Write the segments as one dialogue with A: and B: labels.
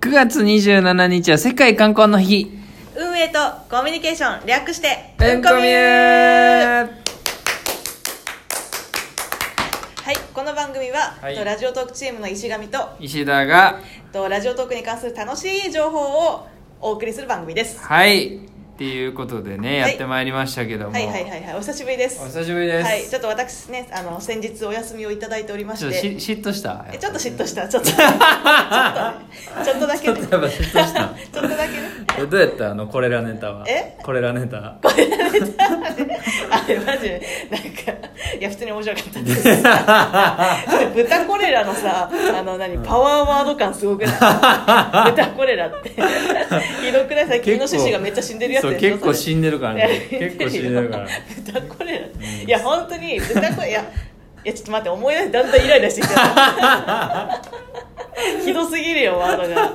A: 9月27日は世界観光の日
B: 運営とコミュニケーション略して
A: うんこみゅー
B: ーはいこの番組は、
A: はい
B: とラジオトークチームの石上と
A: 石田が
B: とラジオトークに関する楽しい情報をお送りする番組です
A: はいっていうことでね、
B: はい
A: やってまいりましたけども、
B: はいはいはいはいお久しぶりです
A: お久しぶりです、
B: はいちょっと私ねあの先日お休みをいただいておりま
A: ち
B: し
A: ょっと
B: て
A: し嫉妬した
B: え ちょっと嫉妬したちょっとちょっとね ちょっとだけね
A: ちょっとやっぱ嫉妬した
B: ちょっとだけね
C: えどうやったあのこれらネタは
B: え
C: これらネタ
B: あれマジでなんかいや普通に面白かったです 豚コレラのさあの何パワーワード感すごく ない豚コレラってひどくない最近イノシシがめっちゃ死んでるやつ
C: そう
B: でしょ
C: 結構死んでるからね
B: いや
C: 結構死んでるから
B: 豚コレラいや本当に豚コレラいやいやちょっと待って思い出してだんだんイライラしてきた ひどすぎるよワードが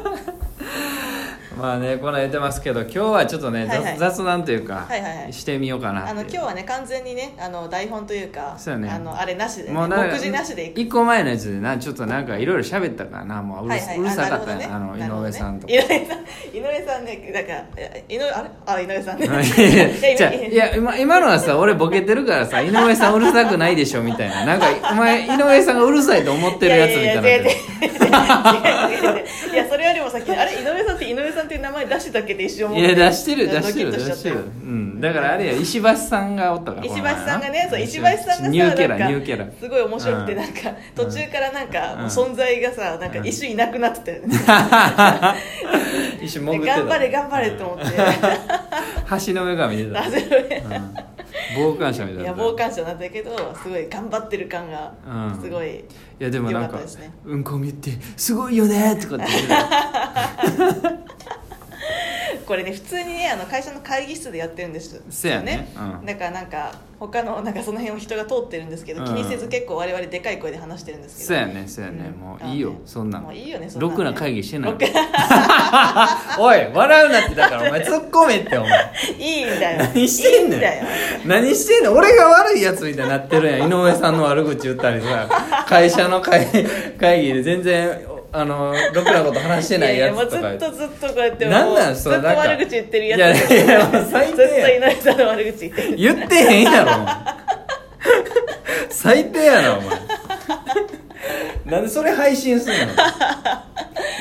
C: まあねこんなん言ってますけど今日はちょっとね、
B: はい
C: 雑
B: はい
C: 雑談というか、
B: はいはいはい
C: してみようかな
B: あの
C: って
B: 今
C: い
B: 日はね完全にねあの台本というか
C: そうやね
B: あのあれなしで、ね、
C: もうなん
B: 目次なしでいく
C: 一個前のやつでなちょっとなんかいろいろ喋ったからなもううる,、うるさかったよ、ね、あの
B: なる
C: 井
B: ほど
C: 上
B: ね
C: さんとか
B: 井上さん井上さんねだから井上あれあ井上さんね
C: いやいや今今のはさ俺ボケてるからさ井上さんうるさくないでしょみたいななんかお前井上さんがうるさいと思ってるやつみたいになっ
B: いや
C: て
B: い
C: る
B: や違う違う違う違う違う違ういやそれよりもさっきあれ井上さんって井上さんっていう名前出したっけって一瞬思
C: い
B: って
C: や出してる出してる
B: ド
C: 出
B: キッと
C: し
B: しち
C: て
B: ゃ
C: る、
B: った
C: うん、だからあれや石橋さんがおったから
B: 石
C: この
B: 橋
C: 前
B: さんがねそう石橋さんがさ
C: ニューキャラ
B: なんか
C: ニューキャラ
B: すごい面白くて
C: うん
B: なんか途中からなんか
C: うん
B: もう存在がさなんか一瞬いなくなってたよね
C: 一瞬潜ってた
B: 頑張れ頑張れと思って
C: 橋の上から見て た、
B: なぜそれ
C: うん、傍観者みたいない
B: や傍観者なんだけどすごい頑張ってる感が
C: うん
B: すごい、
C: いやでもなん
B: よ
C: か
B: かったですね
C: うんこ見ってすごいよね」とかって言って た
B: これね普通にねあの会社の会議室でやってるんです
C: せやねうん
B: だからなんか他のなんかその辺を人が通ってるんですけど、
C: うん
B: 気にせず結構我々でかい声で話してるんですけど
C: そうやねそうやね、
B: ん
C: もういいよ、
B: あね
C: そんなん
B: もういいよねそん
C: ろくな
B: ね
C: 会議してない
B: ろく
C: おい笑うなってだからお前突っ込めってお前
B: いいんだよ
C: 何してんねん
B: いいだよ
C: 何してんの俺が悪いやつみたいになってるやん井上さんの悪口言ったりさ会社の会会議で全然あのろくなこと話してないやつと
B: い
C: か
B: やいやもうずっとずっとこうやってもう
C: なんなん
B: ず
C: そ
B: っ
C: れ
B: と
C: なんか
B: 悪口言ってるやつ
C: いやいやもう最低
B: ずっと井上さんの悪口言ってる
C: 言ってへんやろお前最低やなお前なんでそれ配信すんの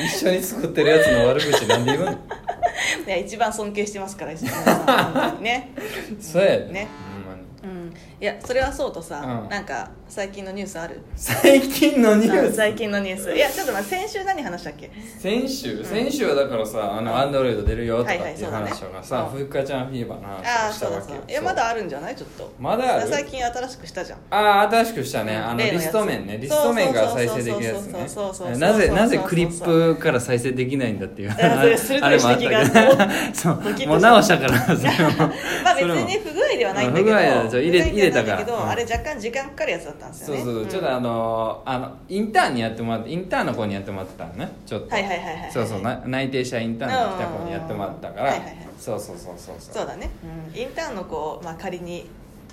C: 一緒に作ってるやつの悪口なんで言うの
B: いや一番尊敬してますから石井さんね
C: そうやで
B: ね
C: ほんまに
B: うんいやそれはそうとさ、
C: うん
B: なんか最近のニュースある
C: 最近のニュ
B: う
C: ー
B: ん
C: ス
B: 最近のニュースいやちょっと待って先週何話したっけ
C: 先週、先週はだからさあのアンドロイド出るよとかって
B: はいはい
C: い
B: そううだね
C: 話がさ、
B: う
C: ふっかちゃんフィーバーの話
B: ああ
C: を
B: ー
C: した
B: そう
C: わ
B: だ
C: け
B: そうだい
C: そ
B: や
C: う
B: まだあるんじゃないちょっと
C: まだある
B: 最近新しくしたじゃん
C: ああ新しくしたねあの
B: 例のや
C: リ
B: つ
C: スト面ねリス
B: そ
C: ト
B: うそうそうそう
C: 面が再生できるやつ
B: そうそうそうそう
C: ねなぜなぜクリップから再生できないんだっていう
B: やそれ鋭い
C: あれもあったけ
B: 指摘が
C: ど そ
B: ドキッとした
C: うもう直した からそれも
B: まあ
C: そ
B: 別
C: れも
B: にね不具合ではないんだけど
C: 不具合はちょ入れ
B: 不具合ではないんだけど
C: 入れたからうん
B: あれ若干時間かかるやつだったんです
C: そ
B: よ
C: う
B: ね
C: そうそう、
B: ん
C: ちょっとあのーあのインターンにやってもらってインターンの子にやってもらってたのねちょっと
B: はいはいはいはい
C: そうそうな内定者インターンに来た子にやってもらったから、
B: うんうんうんはいはいはい
C: そうそうそうそうそう
B: そうだね、うんインターンの子を、まあ、仮に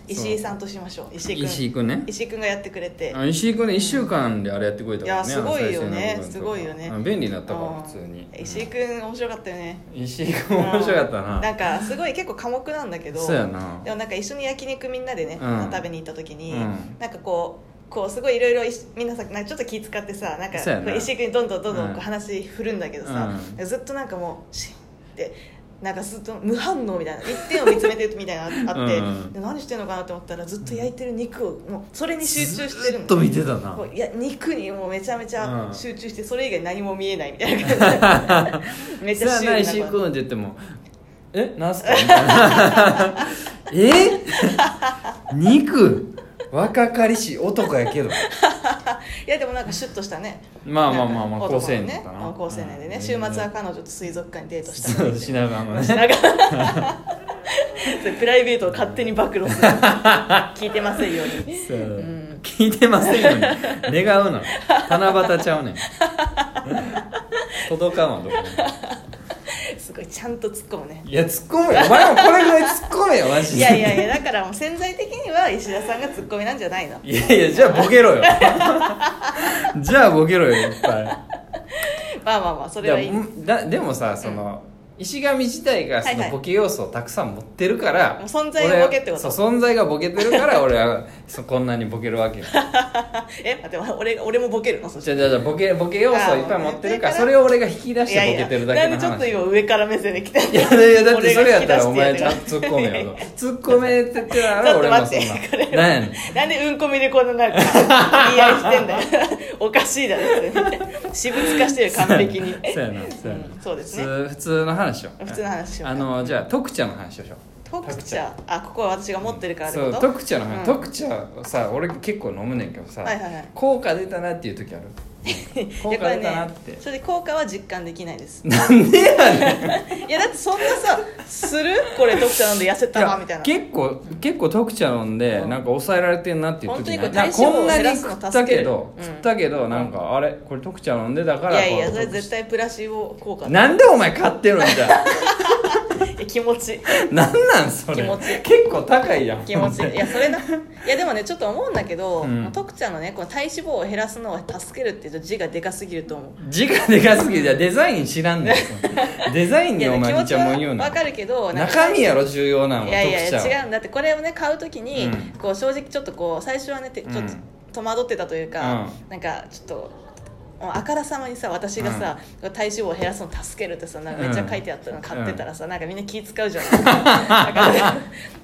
B: 石井さんとしましょう石井君
C: 石井君ね
B: 石井君がやってくれて
C: あ石井君ね1週間であれやってくれたからね
B: いやすごいよね
C: あの再生の部分とか
B: すごいよね
C: あ便利だったから
B: うん
C: 普通に
B: 石井君面白かったよね
C: うん石井君 面白かった
B: うん
C: な
B: なんかすごい結構寡黙なんだけど
C: そうやな
B: でもなんか一緒に焼肉みんなでね、
C: うん
B: 食べに行った時に、
C: うん
B: なんかこうこうすごいいろいろ石みんなさなんかちょっと気使ってさなんか
C: そうやな
B: こう石井君にどんどんどんどんこ
C: う
B: うん話振るんだけどさ、
C: う
B: ずっとなんかもうシーンってなんかずっと無反応みたいな一点を見つめてるみたいなのあって、
C: うん
B: で何してんのかなと思ったらずっと焼いてる肉をもうそれに集中してる
C: ず
B: ん
C: っ
B: だ
C: と見てたな
B: こういや肉にもうめちゃめちゃ
C: うん
B: 集中してそれ以外何も見えないみたい な感じでめっちゃ
C: そうやな
B: シ
C: 石
B: ュ
C: 井
B: ールな
C: 君って言っても「えなんすか?」みたいな「 え肉若かりし男やけど
B: いやでもなんかシュッとしたね
C: まあまあまあまあ
B: なんか
C: 高青年だ
B: ね
C: ったな
B: 高青年でね、
C: うん
B: 週末は彼女と水族館にデートした
C: そう品川のね
B: なんか それプライベートを勝手に暴露する聞いてませんよう に
C: そう
B: うん
C: 聞いてませんよね願うの七夕ちゃ うねん届かんわどこに
B: すごいちゃんと突っ込むね
C: いや突っ込むよお前もこれぐらい突っ込めよマジで
B: いやいやいやだからもう潜在的には石田さんがツッコミなんじゃないの
C: いやいやじゃあボケろよじゃあボケろよいっぱい
B: まあまあまあそ
C: い
B: れ
C: や
B: はいいも
C: んだでもさその、石神自体がそ
B: はいは
C: の
B: い
C: ボケ要素をたくさん持ってるから、
B: う存在がボケってこと
C: 俺そう存在がボケてるから 俺はそこんなにボケるわけよ
B: え待って俺が俺もボケるのそし
C: じ
B: て
C: ゃあじゃあじゃあボケボケ要素をいっぱい持ってるから
B: あー
C: それを俺が引き出し
B: いや
C: て
B: い
C: ボケ
B: や
C: てるだ
B: な
C: け
B: ん
C: の
B: でちょっと
C: 話
B: 今上から目線で来てんの
C: いやいやだってそれやったらお
B: 俺が
C: 前
B: 引
C: ち
B: き出
C: ゃん
B: し
C: と
B: て
C: 突っ
B: や
C: 込
B: る
C: め
B: いやい
C: よ
B: や
C: と突っ込めてた
B: ち
C: ら俺
B: ょっと
C: も
B: 待
C: そ
B: ってこれ
C: んななんやねん
B: なんでうんこみでこんな なんか言い合いしてんだよ おかしいだろそれ私物化してる完璧に
C: そうやなそうやな
B: うんそうですね
C: 普通普通の話を
B: 普通の話しようか
C: あのじゃあ特茶の話をしよう
B: 特茶あここは私が持ってるからって
C: そ
B: こ
C: う
B: と
C: 特茶の話、
B: うん
C: 特茶をさ俺結構飲むねんけどさ、
B: はいはいはい
C: 効果出たなっていう時ある効
B: やこ
C: 果
B: れ
C: 出たなって、
B: ねそれで効果は実感できないです
C: なんでやねん
B: いやだってそんなさするこれ特茶飲んで痩せたわみたいな
C: 結構結構特茶飲んで、
B: うん
C: なんか抑えられてんなっていう時
B: 本当にこれ
C: ないなんかこんなに食ったけど、
B: 体脂肪を減らすの助けるうん
C: 食ったけどなんか、あれこれ特茶飲んでだから
B: いやいや
C: こ
B: そうれ絶対プラシーボ効果だ
C: なんでお前買ってるんじゃ
B: いや気持ち
C: んなんなんそれ
B: 気持ち
C: 結構高いやん
B: 気持ちいやそれないやでもねちょっと思うんだけど、
C: うん
B: もう徳ちゃんのねこの体脂肪を減らすのは助けるっていうと字がでかすぎると思う
C: 字がでかすぎてじゃあデザイン知らん ねんデザイン
B: い
C: にお
B: ね
C: 前
B: 気持
C: に
B: ち
C: ちゃもん言う
B: は
C: な
B: わかるけどなんか
C: 中身やろ重要なのはい
B: やいやい
C: 特茶
B: や違
C: は
B: うんだってこれをね買うときに、
C: うん
B: こう正直ちょっとこう最初はねてちょっ
C: う
B: と
C: ん
B: 戸惑ってたというか、なんかちょっと。あからさまにさ私がさ、体脂肪を減らすの助けるってさなんかめっちゃ書いてあったの買ってたらさ、なんかみんな気使うじゃんだから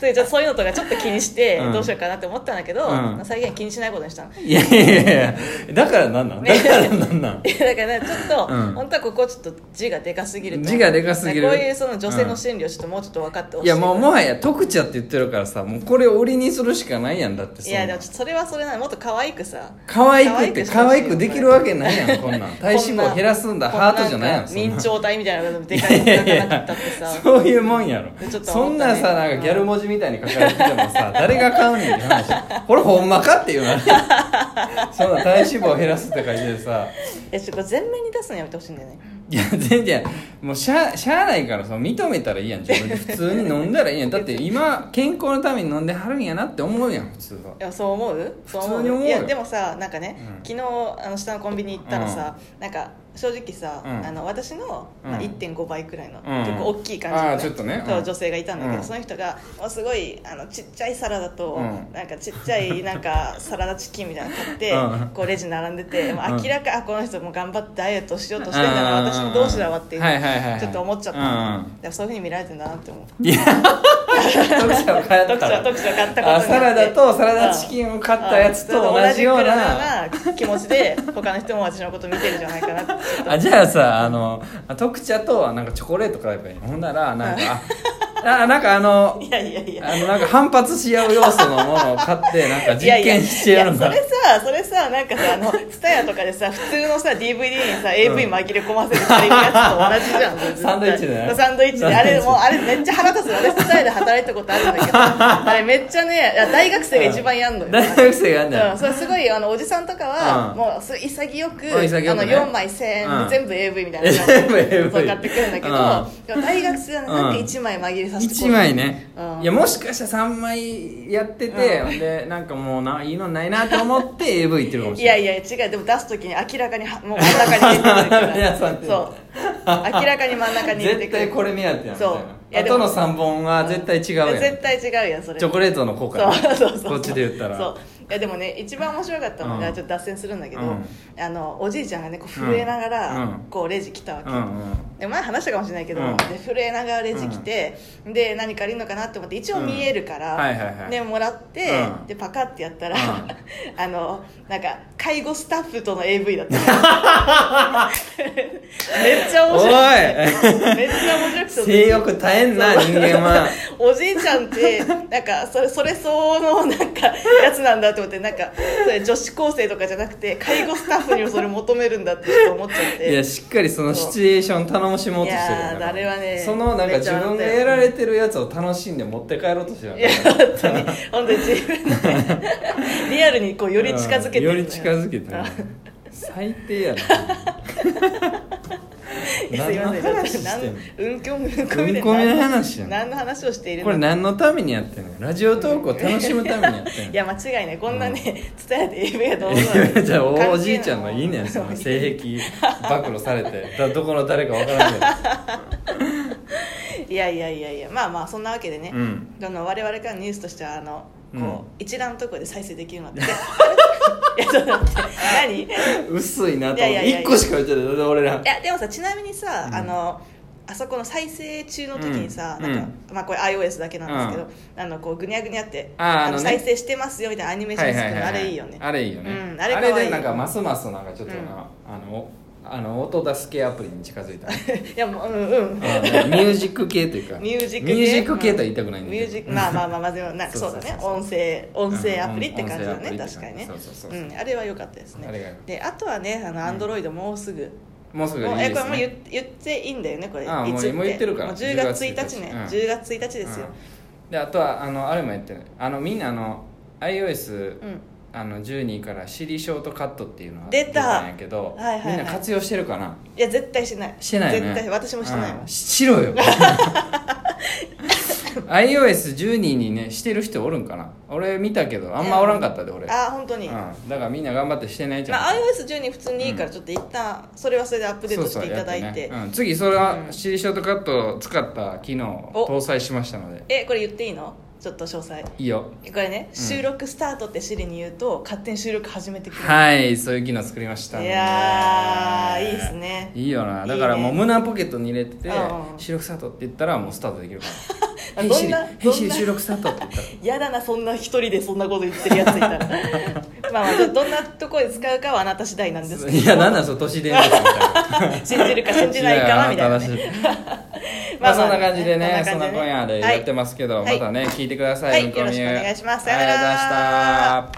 B: そうじゃあそういうのとかちょっと気にして
C: うん
B: どうしようかなって思ったんだけど、
C: うん
B: 最近は気にしないことにしたの
C: いやいやいやいやだからなんなんだからなんなん
B: いやだからねちょっと、
C: うん
B: 本当はここちょっと字がでかすぎると思う
C: 字がでかすぎる
B: こういうその女性の心理をちょっともうちょっと分かってほし
C: い
B: い
C: やもうもはや特茶って言ってるからさもうこれを売りにするしかないやんだってそ
B: い
C: んな
B: やでもちょっとそれはそれなのもっと可愛くさ
C: 可愛くって可
B: 可
C: 愛
B: 愛くしてほしい
C: くで
B: よ
C: きるわけないやん こんなん体脂肪減らすんだ
B: こ
C: ハートじゃないやん
B: こ
C: そん
B: な
C: なん
B: か明朝体みたいなのでかい
C: い
B: の
C: や
B: 書
C: いや
B: かないかったって
C: や
B: さ
C: そういうもんやろ
B: ちょっと
C: そ
B: 思
C: ん
B: ったね
C: なんさなんかギャル文字みたいに書かれててもさ誰が買うねんって話これほんまかっていう なそんな体脂肪減らすって書いててさ
B: いやちょっと全面に出すのやめてほしいんだよね
C: いや全然もうしゃあしゃあないからさ認めたらいいやん自分で普通に飲んだらい いやんだって今健康のために飲んではるんやなって思うやん普通はい
B: やそう思うそう
C: 普通に思うよ
B: いやでもさなんかね、
C: うん
B: 昨日あの下のコンビニ行ったらさ、なんか正直さ、
C: うん
B: あの私の、まあ、
C: うん
B: 1.5倍くらいの、
C: うん
B: 結構大きい感じ
C: あ
B: の、
C: ーちょっとね
B: そう
C: うん
B: 女性がいたんだけど、
C: うん
B: その人がもうすごいあのちっちゃいサラダと、
C: うん
B: なんかちっちゃいなんかサラダチキンみたいなの買って、
C: うん
B: こうレジ並んでて、もう
C: うん
B: 明らか、あこの人もう頑張ってダイエットしようとしてんだな
C: うん
B: 私もどうしようわっていう、
C: はいはいはいはい
B: ちょっと思っちゃった、
C: うんうん
B: だからそういうふうに見られてんだなって思う
C: いや特茶を買った
B: 特徴
C: ら
B: 特徴買ったことによ
C: あ
B: って
C: サラダとサラダチキンを買ったやつと同じような
B: 同じくらいな気持ちで他の人も私のこと見てるんじゃないかなってちょっと
C: あじゃあさあの特茶となんかチョコレート買えばいいのほんならなん かああなんかあの
B: いやいやいや
C: あのなんか反発し合う要素のものを買ってなんか
B: いや
C: 実
B: いや
C: 験してやるんだ
B: いやそれさそれさなんかさあ の TSUTAYA とかでさ普通のさ DVD にさ AV 紛れ込ませてされるやつと同じじゃん絶対
C: サンドイッチでね
B: サンドイッチであれもうあれめっちゃ腹立つの私 TSUTAYA で働いたことあるんだ けどあれめっちゃねいや大学生が一番やんのよ
C: 大学生がやんだ
B: う
C: よ
B: ん、それすごいあのおじさんとかは、
C: うん
B: もうすごい潔く
C: うん潔くね
B: あの4枚1000円、
C: うん
B: 全部 AV みたいな感 じ
C: 全部
B: で
C: AV
B: そう買ってくるんだけど、
C: う
B: でも大学生はねなんか
C: うん
B: 1枚紛れさせて
C: 1枚ね、
B: うん
C: いやもしかしたら3枚やってて、
B: う
C: でなんかもうないいのないなと思って AV 行ってるかもし
B: い
C: れな
B: や
C: い
B: いや違うでも出す時に明らかにはもう真ん中に入れてく るか
C: 皆
B: ら
C: さんね
B: そう明らかに真ん中に入れて
C: 絶
B: くる
C: 対これ目当てやんみたい
B: そうい
C: な
B: や
C: あ
B: でも
C: との3本は絶対違うやん、
B: い絶対違うやんそれ
C: チョコレートの効果
B: そうそうそうそう
C: こっちで言ったら
B: そういやでもね一番面白かったのが、
C: うん
B: ちょっと脱線するんだけど、
C: うん
B: あのおじいちゃんがねこう震えながら、
C: うん
B: こうレジ来たわけ、
C: うんうん
B: で前話したかもしれないけど、
C: うん
B: で震えながらレジ来て、で何かあるのかなって思って一応見えるから、
C: うんはいはいはい
B: でもらって、
C: うん
B: でパカってやったら、
C: うん
B: あのなんか介護スタッフとの AV だっためっちゃ面白 くてめっちゃ面白くて
C: 性欲耐えんな人間 は
B: おじいちゃんってなんかそれそれ相応のなんかやつなんだって思ってなんかそれ女子高生とかじゃなくて介護スタッフにもそれ求めるんだってちょっと思っちゃっ
C: い
B: て
C: やしっかりそのシチュエーション頼もしもうとしてるよ
B: いやー
C: な
B: あれはね
C: そのなんか
B: めっち
C: 自
B: ゃ笑
C: 分
B: った
C: が
B: よ
C: やられてるやつを楽しんで持って帰ろうとしてるよ
B: い
C: な
B: や本当に本当に自分でリアルにこうより近づけてる
C: うんより近づけてる
B: あ
C: 最低やな
B: す いません
C: 何の話してんの
B: なんうんこみうんこみで
C: うんこみの話やん
B: 何の話をしているの
C: これ何のためにやってんのラジオトークを楽しむためにやってんの
B: いや間違いないこんなね伝えて AV やと思うなんて
C: じゃあおじいちゃんの
B: 関係
C: いいねんその性
B: い
C: 癖暴露されてだどこの誰かわからんけ ど
B: やいやいやいやまあまあそんなわけでね、
C: うん
B: あの我々からのニュースとしてはあのこう、
C: うん
B: 一覧のとこで再生できるのって いやちょっと待って何い
C: 薄いなと
B: いやい
C: 思っ
B: やいや
C: て1個しか言ってないだって俺ら
B: やでもさちなみにさ、
C: うん
B: あのあそこの再生中の時にさ、
A: うん
B: なんか、まあ、これ iOS だけなんですけど、あのこうぐにゃぐにゃって
A: あーあのね
B: の再生してますよみたいなアニメーションつくの、あれいいよね
C: あれいいよね、
B: うんあ
C: あ
B: れ
C: れ
B: 可愛い
C: でなんかますますなんかちょっとな、あのあの音助けアプリに近づいた
B: いやもううんうん
C: あのミュージック系というか
B: ミュージック
C: ミ
B: 系
C: ュージック系とは言いたくないんだ
B: ミュージ
C: け
B: ッ
C: ど
B: クまあまあまあまあでもなんか
C: そ
B: そうう
C: そ
B: だ
C: うそう
B: ね音声音声アプリって感じだ
C: うん
B: ね
C: 音声アプリ
B: 確かにね
C: そうそうそうそう
B: うんあれは良かったです
C: あれが良
B: ね
C: かっ
B: であとはねあのアンドロイドもうすぐ
C: もうすぐいい
B: もうえ
C: で
B: これ
C: す
B: もう言っ
C: ね
B: 言っていいんだよねこれ
C: ああもう
B: いつ
C: もう言ってるから
B: もう10月
C: 10
B: 1
C: 月
B: 日ね
C: うん
B: 10月1日ですよ
C: うんであとはあのあれもやってるあのみんなあの iOS、
B: うん
C: あの12から Siri ショートカットっていうのが
B: 出た
C: んやけど、
B: はいはいはい
C: みんな活用してるかない
B: や絶対しない
C: してないよね
B: 絶対私もしてないわ
C: うんしろよ iOS12 にねしてる人おるんかな俺見たけどあんまおらんかったで俺、うん、だか
B: ああ本当にま
C: らみんな頑張ってしてないじゃん、
B: あ iOS12 普通にいいからちょっと一旦それはそれでアップデートしていただ
C: そう
B: い
C: そうや
B: て
C: ってねうん、次それは Siri ショートカットを使った機能
B: お
C: を搭載しましたので
B: えこれ言っていいのちょっと詳細
C: いいよ
B: これね収録スタートってシリに言うと勝手に収録始めてくれる
C: はいそういう機能作りました
B: いやーいいですね
C: いいよなだからもう胸ポケットに入れてて
B: うんうん
C: 収録スタートって言ったらもうスタートできるから「
B: あ
C: ヘイ
B: ど
C: シ
B: ん
C: リ
B: な
C: ヘイシ
B: どん
C: リ
B: な
C: 収録スタート」って言ったら
B: やだなそんな一人でそんなこと言ってるやつい たらまあまあどんなところで使うかはあなた次第なんですけど
C: いやなんなんその都市伝説みたいな
B: 信じるか信じないかはみたいな、 ね、
C: 違う新しいまあそんな感じでねそんな今夜でやって
B: ま
C: ますけど
B: はい
C: またね聞いてくださ
B: はいい
C: うんこみゆ
B: よろしくお願いします
C: ありがとうございま
B: さよな
C: した